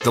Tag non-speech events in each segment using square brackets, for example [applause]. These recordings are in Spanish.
The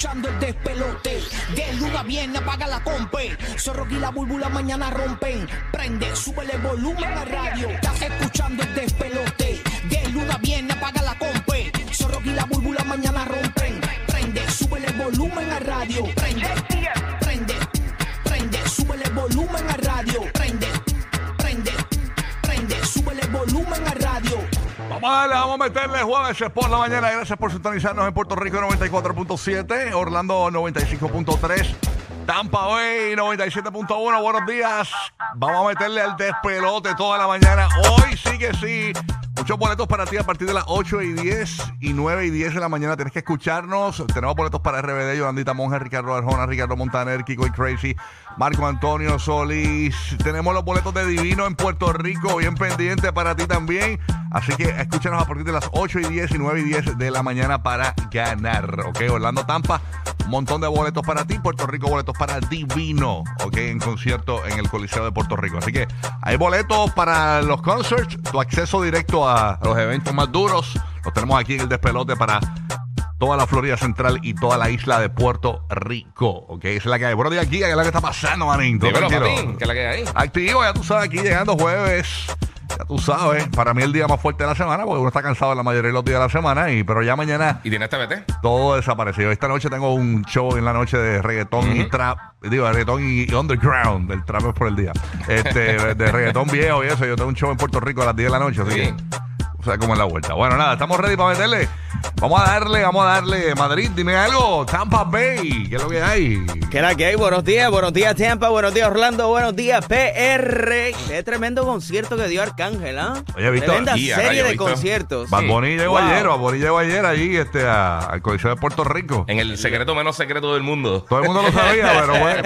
escuchando el despelote. De luna viene, apaga la compe. Zorro y la búlbula mañana rompen. Prende, súbele volumen a la radio. Estás escuchando el despelote. De luna viene, apaga la compe. Zorro y la búlbula mañana rompen. Prende, súbele volumen a radio. Prende, prende, prende, súbele volumen a radio. Prende, prende, prende, súbele volumen a radio. Vamos a darle, vamos a meterle jueves por la mañana. Gracias por sintonizarnos en Puerto Rico 94.7, Orlando 95.3, Tampa Bay 97.1. Buenos días. Vamos a meterle al despelote toda la mañana. Hoy sí que sí. Muchos boletos para ti a partir de las 8 y 10 y 9 y 10 de la mañana. Tienes que escucharnos. Tenemos boletos para RBD, Yolandita Monge, Ricardo Arjona, Ricardo Montaner, Kiko y Crazy, Marco Antonio Solís. Tenemos los boletos de Divino en Puerto Rico, bien pendiente para ti también. Así que escúchanos a partir de las 8 y 10 y 9 y 10 de la mañana para ganar. Ok, Orlando Tampa, un montón de boletos para ti. Puerto Rico, boletos para Divino. Ok, en concierto en el Coliseo de Puerto Rico. Así que hay boletos para los concerts, tu acceso directo a los eventos más duros. Los tenemos aquí en el despelote para toda la Florida Central y toda la isla de Puerto Rico. Ok, esa es la que hay. Buenos días, Giga, ¿qué es la que está pasando, manito? Dímelo, Tranquilo. papín, que la que hay. Activo, ya tú sabes, aquí llegando jueves. Ya tú sabes, para mí el día más fuerte de la semana, porque uno está cansado la mayoría de los días de la semana, y pero ya mañana Y este tienes TBT. todo desaparecido. Esta noche tengo un show en la noche de reggaetón y trap, digo, de reggaetón y y underground, el trap es por el día. Este, de reggaetón viejo y eso, yo tengo un show en Puerto Rico a las 10 de la noche, así que, Bien. o sea, como en la vuelta. Bueno, nada, estamos ready para meterle. Vamos a darle, vamos a darle. Madrid, dime algo, Tampa Bay, ¿qué es lo que hay? ¿Qué era que hay? Buenos días, buenos días Tampa, buenos días Orlando, buenos días PR. Qué tremendo concierto que dio Arcángel, ¿ah? Oye, Víctor, Tremenda y a serie rayo, de Víctor. conciertos. Bad Sí. Bunny llegó Wow. ayer, Bad Bunny llegó ayer allí este, a- al Coliseo de Puerto Rico. En el secreto menos secreto del mundo. Todo el mundo lo sabía, [laughs] pero bueno.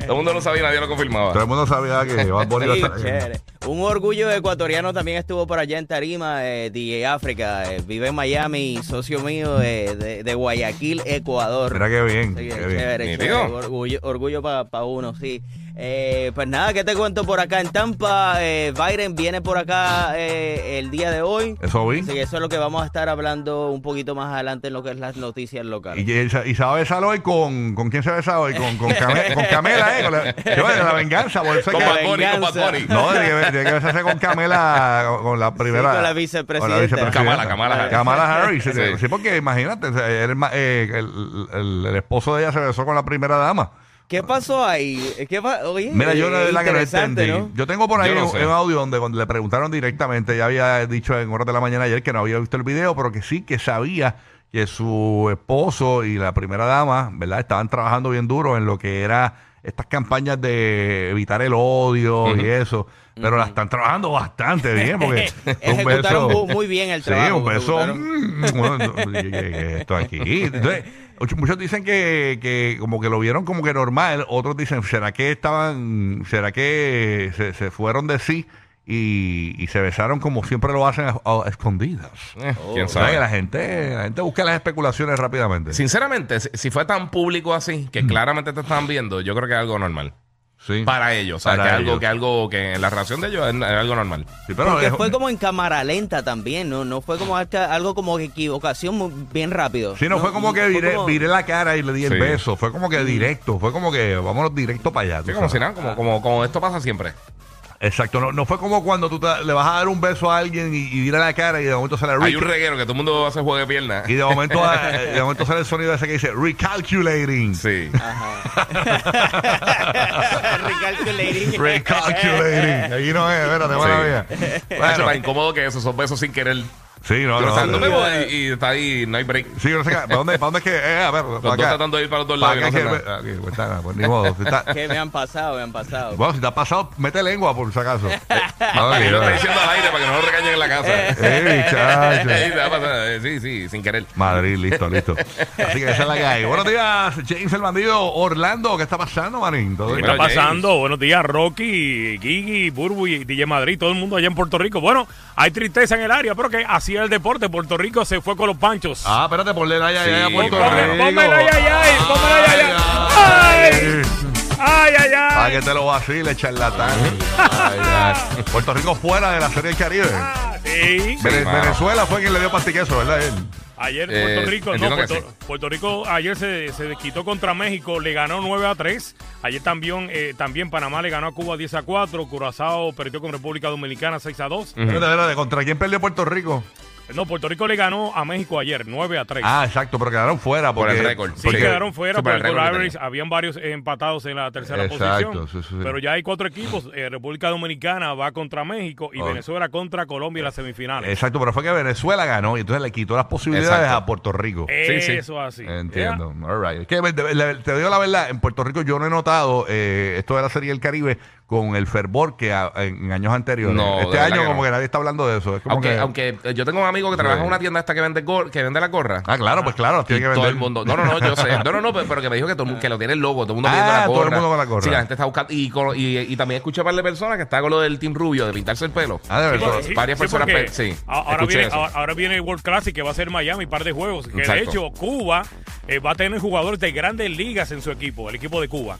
Todo el mundo lo sabía y nadie lo Todo confirmaba. el mundo sabía que Bad Bunny iba a Sí, estar ahí. chévere. Un orgullo ecuatoriano también estuvo por allá en Tarima, eh, DJ África, eh, vive en Miami, socio mío de, de- de Guayaquil, Ecuador. Mira qué bien, Sí, qué bien. chévere, Nítido. chévere, Orgullo, para uno, sí. Eh, pues nada, ¿qué te cuento por acá en Tampa? Eh, Biden viene por acá eh, el día de hoy. Eso vi. Así que eso es lo que vamos a estar hablando un poquito más adelante en lo que es las noticias locales. Y, y, y se va a besar hoy con... ¿Con quién se besa hoy? Con, con, Came- con Camela, ¿eh? Con la, yo, de la venganza, por eso es Con que... Bad Bunny, con venganza. Bad Bunny. No, tiene que, tiene que besarse con Camela, con- con la primera... Sí, con la vicepresidenta. Kamala, Kamala Harris. Kamala Harris. Sí, Sí. porque imagínate, o sea, él es ma- eh, el, el- el esposo de ella se besó con la primera dama. ¿Qué pasó ahí? ¿Qué pa- Oye, Mira, yo eh, la verdad que no interesante, entendí. ¿no? Yo tengo por ahí Yo no un, sé. un audio donde cuando le preguntaron directamente, ya había dicho en horas de la mañana ayer que no había visto el video, pero que sí que sabía que su esposo y la primera dama, ¿verdad? Estaban trabajando bien duro en lo que era estas campañas de evitar el odio y eso, pero la están trabajando bastante bien porque [laughs] un Ejecutaron beso- mu- muy bien el Sí, trabajo. un beso. ejecutaron. mm, bueno, ¿qué- qué es esto aquí. Entonces, muchos- muchos dicen que, que como que lo vieron como que normal, otros dicen, ¿será que estaban, será que se, se fueron de sí y, y se besaron como siempre lo hacen a, a escondidas? Eh, ¿Quién O sea, que sabe? la gente, la gente busca las especulaciones rápidamente. Sinceramente, si- si fue tan público así, Mm. que claramente te están viendo, yo creo que es algo normal. Sí. Para ellos. O sea, Para que ellos. algo, que algo, que en la relación de ellos es, es algo normal. Sí, pero Porque es- fue como en cámara lenta también, ¿no? No fue como hasta algo como que equivocación muy- bien rápido. [laughs] Sí, no, fue como que viré, como- viré la cara y le di el Sí. beso. Fue como que directo. Fue como que vámonos directo para allá. Sí, tú como sabes. si nada, como, como, como esto pasa siempre. Exacto, no, no fue como cuando tú te- le vas a dar un beso a alguien y, y dirá la cara y de momento sale Hay Rick, un reguero que todo el mundo hace juego de pierna. y de [laughs] momento, a- de momento sale el sonido ese que dice recalculating. Sí. Recalculating. Recalculating. [laughs] Ahí no es, espérate, mala Sí. mía. Hacho, Bueno, más incómodo que eso, son besos sin querer. Sí, no, Pero, o no, sea, no no, me no. voy y, y está ahí, no hay break. Sí, no sé qué. ¿Para dónde, para dónde es que? Eh, a ver, para Los dos acá. tratando de ir para los dos Para lados. acá y no que- hacen nada. ah, que- pues, está, pues, ni modo. Si está- Que me han pasado, me han pasado. bueno, si te ha pasado, mete lengua por si [laughs] acaso. Eh, Para que ay, lo esté ay. diciendo al aire para que no lo regañen en la Eh. casa. Ey, Ey, [laughs] chacho. te va a pasar, eh, Sí, sí, sin querer. Madrid, listo, listo. Así que esa es la que hay. Buenos días, James el bandido. Orlando, ¿qué está pasando, Marín? ¿Todo Sí, bien? Pero está James. pasando? Buenos días, Rocky, Gigi, Burbu y DJ Madrid, todo el mundo allá en Puerto Rico. Bueno, hay tristeza en el área, pero que así es el deporte. Puerto Rico se fue con los panchos. Ah, espérate, ponle el ay, ay, ay a Sí, Puerto ponle- Rico. ponme el ay, ay, ay, ponme el ay, ay, ay. ay. ¡Ay, ay, Para ay! que te lo vacile, charlatán. Ay, ay. Puerto Rico fuera de la Serie del Caribe. Ah, Sí, Vene- mano. Venezuela fue quien le dio pastiqueso, ¿verdad? Él? ayer Eh, Puerto Rico, no, entiendo que Puerto, sí. Puerto Rico ayer se, se quitó contra México, le ganó 9 a 3. Ayer también, eh, también Panamá le ganó a Cuba 10 a 4. Curazao perdió con República Dominicana 6 a 2. Mm. Espérate, espérate, ¿Contra quién perdió Puerto Rico? No, Puerto Rico le ganó a México ayer 9 a 3. Ah, exacto, pero quedaron fuera. Por Porque, el récord. Sí, Porque- quedaron fuera sí, por por el el gol récord que average. tenía. Habían varios empatados en la tercera Exacto, posición. sí, sí, sí. Pero ya hay cuatro equipos. eh, República Dominicana va contra México y Oh. Ok. Venezuela contra Colombia en las semifinales. Exacto, pero fue que Venezuela ganó y entonces le quitó las posibilidades Exacto. a Puerto Rico. sí, sí. Eso así. Entiendo. All right. Es que me- te, la- te digo la verdad, en Puerto Rico yo no he notado eh, esto de la Serie del Caribe con el fervor que a- en años anteriores. No, de este verdad año que no. como que nadie está hablando de eso. Es como Aunque, que- aunque eh, yo tengo un amigo que trabaja en una tienda esta que vende, gor- que vende la gorra. Ah, claro, pues claro, las Y tiene que todo vender. el mundo. No, no, no, yo [laughs] sé. No, no, no, pero, pero que me dijo que, todo el mundo- que lo tiene el logo, todo el mundo Ah, pidiendo la todo gorra. el mundo con la gorra. Sí, la gente está buscando. Y, con- y, y también escuché a par de personas que está con lo del Team Rubio, de pintarse el pelo. Ah, de Sí, verdad. porque- Varias personas porque pe- sí, a- Ahora escuché viene, eso. ahora, ahora viene el World Classic que va a ser en Miami, par de juegos. Que de Exacto. hecho, Cuba eh, va a tener jugadores de grandes ligas en su equipo, el equipo de Cuba.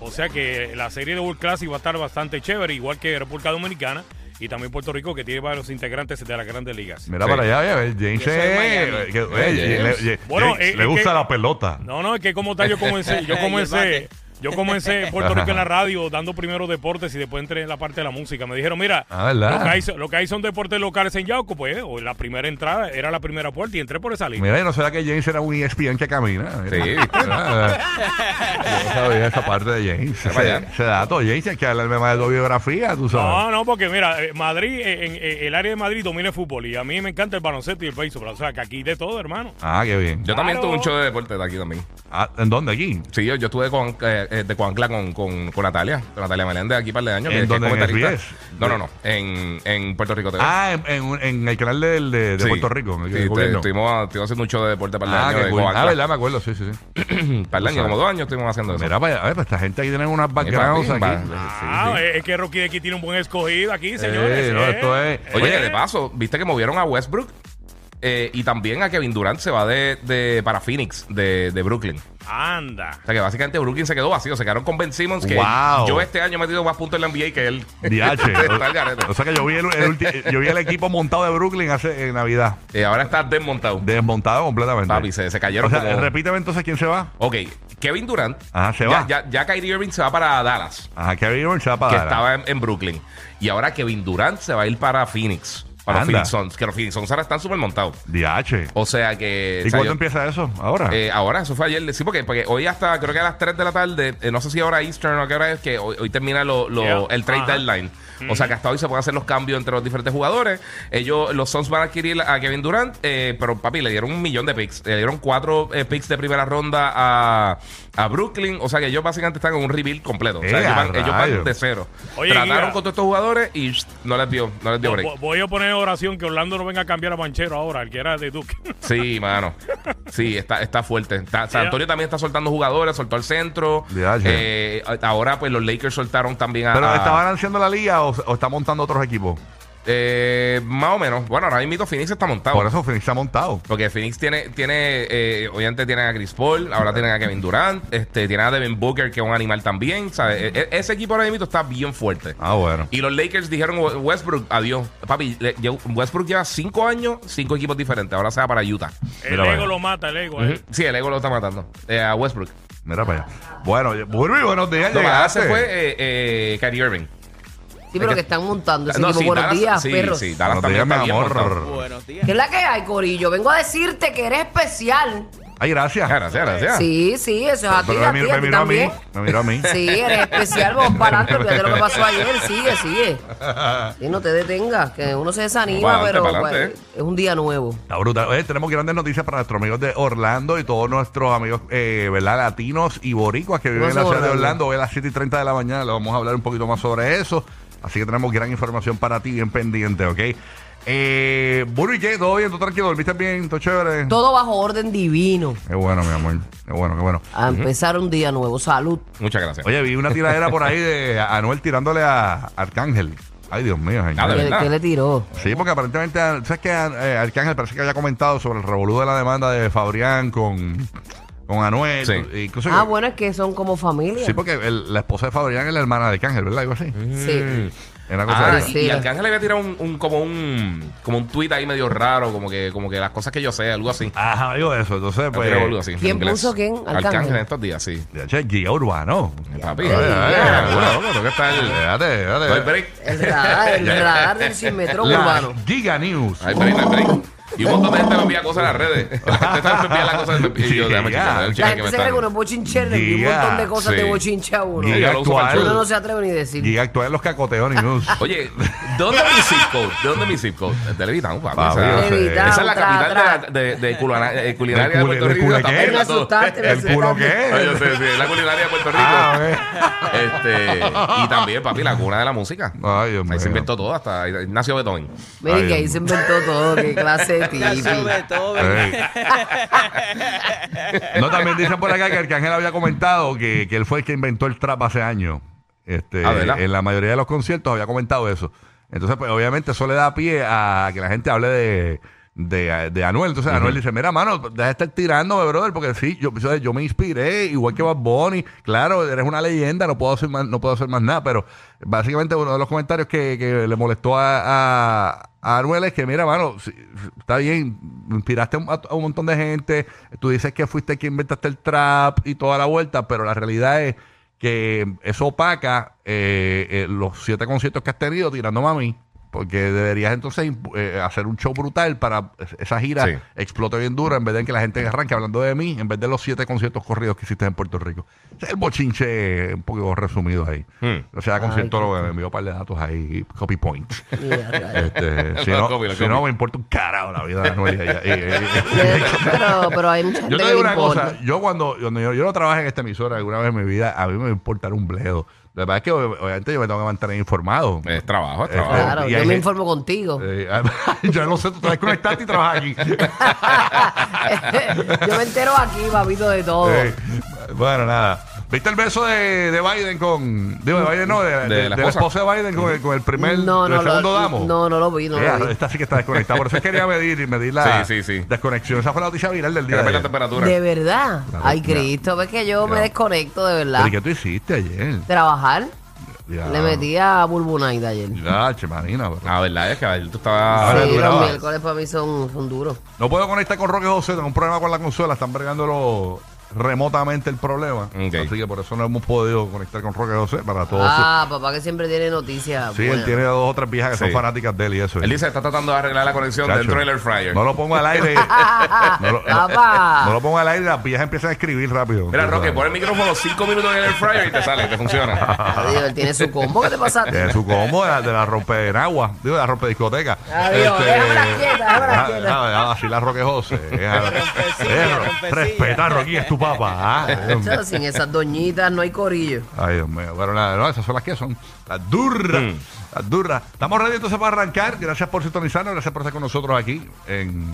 O sea que la serie de World Classic va a estar bastante chévere, igual que República Dominicana y también Puerto Rico, que tiene varios integrantes de las grandes ligas. Mira Sí. para allá, oye, el James, Y eso es eh, Miami. que- oye, James. le- oye, Bueno, James, eh, le es gusta que- la pelota. No, no, es que como tal, yo comencé, [laughs] yo Y el comencé, bate. yo comencé en Puerto Rico en la radio dando primero deportes y después entré en la parte de la música. Me dijeron, mira, Ah, ¿verdad? lo que, hay, son- lo que hay son deportes locales en Yauco, pues, o la primera entrada era la primera puerta y entré por esa línea. Mira, y no será que James era un E ESPN que camina. Mira. Sí, ¿viste? Ah, Yo no sabía esa parte de James. Mira para allá. Ese, ese dato, James, hay que hablarme más de tu biografía, tú sabes. No, no, porque mira, eh, Madrid, eh, en, eh, el área de Madrid domina el fútbol y a mí me encanta el baloncesto y el béisbol, o sea, que aquí de todo, hermano. Ah, qué bien. Yo también Claro. tuve un show de deporte de aquí también. Ah, ¿En dónde aquí? Sí, yo, yo estuve con, eh, eh, de Coancla con, con, con Natalia, con Natalia Meléndez aquí un par de ¿En años. que- que es dónde? ¿En E comentarista. SBS? No, no, no, en, en Puerto Rico. TV. Ah, en, en- en el canal del- de, de Sí. Puerto Rico, en el Sí, del te- gobierno. estuvimos, estuvimos haciendo un show de deporte para el Ah, año qué de cool. Coancla. Ah, verdad, me acuerdo, sí, sí. sí. Par de años, como dos años estuvimos haciendo eso. Mira, para allá, a ver, pues esta gente ahí tiene unas Sí, backgrounds papi, aquí. va- sí, ah, sí. es, es que Rocky de aquí tiene un buen escogido aquí, señores. Eh, no, eh. esto es... Oye, que de paso, viste que movieron a Westbrook Eh, y también a Kevin Durant se va de, de- para Phoenix de, de Brooklyn. Anda. O sea que básicamente Brooklyn se quedó vacío, se quedaron con Ben Simmons que Wow. yo este año he metido más puntos en la NBA que él. DH. [laughs] Está el garete. O, sea que yo vi el, el ulti- yo vi el equipo montado de Brooklyn hace en Navidad. Eh, ahora está desmontado. Desmontado completamente. Papi, se, se o cayeron sea, como- repíteme entonces quién se va. Ok, Kevin Durant. Ajá, se ya, va. Ya, ya Kyrie Irving se va para Dallas, Ajá, Kevin Irving se va para que Dallas. estaba en, en Brooklyn. Y ahora Kevin Durant se va a ir para Phoenix. Para los Anda. Phoenix Suns. Que los Phoenix Suns ahora están súper montados. DH. O sea que. ¿Y o sea, cuándo yo- empieza eso? ¿Ahora? Ah. Eh, ahora, eso fue ayer. Sí, porque, porque hoy hasta creo que a las 3 de la tarde, eh, no sé si ahora Eastern o qué hora es, que hoy, hoy termina lo- lo- Yeah. el trade Ajá. Mm. deadline. O sea que hasta hoy se pueden hacer los cambios entre los diferentes jugadores. Ellos, los Suns van a adquirir a Kevin Durant, eh, pero papi, le dieron un millón de picks. Le dieron cuatro eh, picks de primera ronda a, a Brooklyn. O sea que ellos básicamente están en un rebuild completo. O sea, Eh, ellos, a van, ellos van rayos. de cero. Oye, ah, Trataron Giga. con todos estos jugadores y sh, no les dio, no les dio Vo- break. vo- Voy a poner en oración que Orlando no venga a cambiar a Banchero ahora, el que era de Duke. [laughs] Sí, mano. Sí, está, está fuerte. Está- San Yeah. Antonio también está soltando jugadores, soltó al centro. Yeah, yeah. Eh, ahora, pues los Lakers soltaron también a. ¿Pero a- está balanceando la liga o, o está montando otros equipos? eh, más o menos. Bueno, ahora mismo Phoenix está montado. Por eso Phoenix se ha montado. Porque Phoenix tiene, tiene eh, obviamente tienen a Chris Paul, ahora tienen a Kevin Durant, este, tienen a Devin Booker, que es un animal también. ¿sabes? E- e- ese equipo ahora mismo está bien fuerte. Ah, bueno. Y los Lakers dijeron "We- Westbrook, adiós. Papi, le- lle- Westbrook lleva cinco años, cinco equipos diferentes. Ahora se va para Utah. El Mira, vaya. ego lo mata, el ego. eh. Sí, el ego lo está matando. Eh, a Westbrook. Mira para allá. Bueno, yo- vuelve y buenos días. No, para Dallas llegaste. se fue eh, eh, Kyrie Irving. Sí, pero que están montando ese equipo. sí, Buenos Dallas- días, sí, perros. sí, Dallas Buenos días, también mi está amor. bien montado. Buenos días. ¿Qué es la que hay, Corillo? Vengo a decirte que eres especial. Ay, Ay, gracias. Gracias, gracias. Sí, sí, eso es a ti, Pero a me, ti, miró- a me ti miró a mí. también. Me miró a mí. Sí, eres [laughs] especial, vos para adelante, olvídate lo que pasó ayer, sigue, sigue. Y no te detengas, que uno se desanima, Pa'lante, pero pa'lante, pues, eh. es un día nuevo. Está brutal. Oye, tenemos grandes noticias para nuestros amigos de Orlando y todos nuestros amigos, eh, ¿verdad? Latinos y boricuas que viven en la Vamos a ciudad de Orlando. Orlando. Hoy a las 7 y 30 de la mañana le vamos a hablar un poquito más sobre eso. Así que tenemos gran información para ti, bien pendiente, ¿ok? Eh, Burry J, ¿todo bien? ¿Todo tranquilo? ¿Dormiste bien? ¿Todo chévere? Todo bajo orden divino. Qué bueno, mi amor. Qué bueno, qué bueno. A empezar un día nuevo. Salud. Muchas gracias. Oye, vi una tiradera por ahí de Anuel tirándole a Arcángel. Ay, Dios mío, señor. Ah, de ¿Qué, verdad. qué le tiró? Sí, porque aparentemente, ¿sabes qué? Eh, Arcángel parece que había comentado sobre el revolú de la demanda de Fabrián con, con Anuel. Sí. E Incluso Ah, que- bueno, es que son como familia. Sí, porque el- la esposa de Fabrián es la hermana de Arcángel, ¿verdad? Algo así. Mm. Mm. Sí. Era una cosa Ah, así. y, sí. y Arcángel le había tirado un, un- como un como un tweet ahí medio raro, como que como que las cosas que yo sé, algo así. Ajá, algo de eso. Entonces, Le pues. Eh. tiró algo así, en ¿Quién inglés. puso quién? Arcángel. Arcángel en estos días, sí. Ya, che, guía urbano. Papi, Ay, eh, ay, eh, ay, bueno, bueno. bueno, tengo que estar- Espérate, espérate. No hay break. El radar, [laughs] el radar del chismetrón La urbano. Giga News. No hay break, no hay break. Y un montón de gente me envía cosas a las redes. [laughs] La gente está me envía las cosas y me- y yo, Sí, déjame ya. chequear, déjame La chequear que gente me se cree que están- uno es bochincherle y un Diga. montón de cosas Sí. de bochincha a uno. Sí, yo Giga lo uso para el Uno show. no actual. se atreve ni a decir. Giga actual en los cacoteos News. Oye, ¿dónde es mi zip code? ¿De dónde es mi zip code? De Levitown, papi. Papi, o sea, yo sé. esa es la Levitown, tra, capital de, la- de- de culana- de culinaria de ¿Del Puerto cul- del Rico. culo está qué? pegado Me a todo. asustaste, me ¿El culo asustaste. Ah, yo qué? sé, sí, es la culinaria de Puerto Rico. Ah, ok. Este, y también, papi, la cuna de la música. Ay, Dios mío. Ahí se inventó todo, hasta Ignacio Betón. Mira, que ahí se inventó todo. [laughs] Qué clase de tipo. Sobre todo, Ey. [laughs] No, también dicen por acá que Arcángel había comentado que, que él fue el que inventó el trap hace años. Este, Ah, ¿verdad? en la mayoría de los conciertos había comentado eso. Entonces, pues obviamente eso le da pie a que la gente hable de, de, de Anuel. Entonces, Anuel dice, mira, mano, deja de estar tirándome, brother, porque sí, yo, yo- yo me inspiré, igual que Bad Bunny. Claro, eres una leyenda, no puedo hacer más, no puedo hacer más nada, pero básicamente uno de los comentarios que, que le molestó a, a- a Anuel es que, mira, mano, si- está bien, inspiraste a, un- a un montón de gente, tú dices que fuiste quien inventaste el trap y toda la vuelta, pero la realidad es que eso opaca eh, eh, los siete conciertos que has tenido tirando mami. Porque deberías entonces impu- eh, hacer un show brutal para es- esa gira Sí. explote bien dura en vez de que la gente arranque hablando de mí, en vez de los siete conciertos corridos que hiciste en Puerto Rico. Ese es el bochinche eh, un poco resumido ahí. Hmm. O sea, concierto qué lo me envió un par de datos ahí, copy point. Mira, rayos. Este, [laughs] si Lo no, copy, lo si copy. no, me importa un carajo la vida de Anuel. y- y- y- y- pero, pero hay mucha gente yo te que digo le una importa. cosa, yo cuando, cuando yo, yo no trabajé en esta emisora alguna vez en mi vida, a mí me importará un bledo. La verdad es que ob- obviamente yo me tengo que mantener informado. Es trabajo, es Eh, trabajo. Claro, Y hay yo me gente- informo contigo. Eh, [laughs] yo no sé, tú te desconectaste y trabajas aquí. [laughs] yo me entero aquí, papito, de todo. Eh, bueno, nada. ¿Viste el beso de, de Biden con. Digo, de Biden no, de, de- de la, esposa de Biden con el, con el primer. no, no, el segundo lo, damo. no, no lo vi, no Eh, lo vi. esta sí que está desconectada. Por eso quería medir y medir la Sí, sí, sí. desconexión. Esa fue la noticia viral del Que día. repete de la ayer. temperatura. De verdad. Claro, Ay, ya. Cristo, ves que yo me Ya. desconecto de verdad. ¿Y qué tú hiciste ayer? Trabajar. Ya. Le metí a Bulbunay ayer. Ya, che, Marina, bro. La verdad es que ayer tú Ahora estabas. sí, los duraba. miércoles para mí son, son duros. No puedo conectar con Roque José, tengo un problema con la consola, están bregándolo remotamente el problema. Ok. Así que por eso no hemos podido conectar con Roque José para todos. Ah, papá que siempre tiene noticias. sí, él buenas. [laughs] tiene dos o tres viejas que son Sí. fanáticas de él y eso. Él dice que está tratando de arreglar la conexión Chacho, dentro del air fryer. No lo pongo al [laughs] aire. no, lo, no- Papá. no lo pongo al aire, las viejas empiezan a escribir rápido. Mira, Roque, pon el micrófono 5 minutos en el air fryer y te sale, te [laughs] funciona. Ah. Adiós, él tiene su combo. ¿Qué te pasa? De su combo, de la, de la rompe en agua, digo, de la rompe discoteca. Este, Adiós, déjamela quieta, déjamela quieta. ah, ah, así la Roque [laughs] José. déjala. Rompecilla, Eh, ro- rompecilla. Respeta, Roque, es tu papá. [laughs] ah. Chacho, Sin esas doñitas no hay corillo. Ay, Dios mío. Bueno, nada, no, esas son las que son. Las duras. Las duras. Estamos ready entonces para arrancar. Gracias por sintonizarnos. Gracias por estar con nosotros aquí en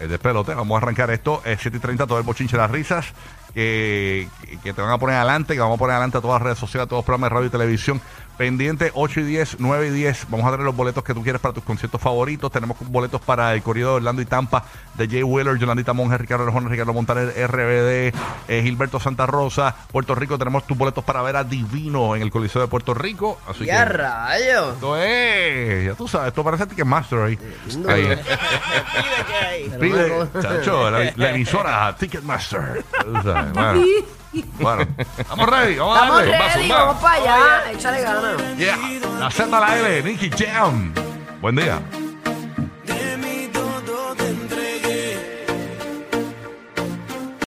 el despelote. Vamos a arrancar esto. Es 7 y 30, todo el bochinche de las risas. Que, que te van a poner adelante, que vamos a poner adelante a todas las redes sociales, a todos los programas de radio y televisión. Pendiente 8 y 10, 9 y 10. Vamos a tener los boletos que tú quieres para tus conciertos favoritos. Tenemos boletos para el corrido de Orlando y Tampa de Jay Wheeler, Yolandita Monge, Ricardo Arjona, Ricardo Montaner, RBD, eh, Gilberto Santa Rosa, Puerto Rico. Tenemos tus boletos para ver a Divino en el Coliseo de Puerto Rico. Así ¡Ya que. rayos! Esto es, ya tú sabes, esto parece Ticketmaster ahí. lindo. ahí. eh, Pide que hay. Pide, Pero no- chacho, la, la emisora Ticketmaster. Tú sabes, [laughs] bueno. Bueno, estamos ready, vamos a Estamos darle. va a ready, zumbar. vamos para allá. Échale ganas. Yeah. La Z, la L, Nicky Jam. Buen día.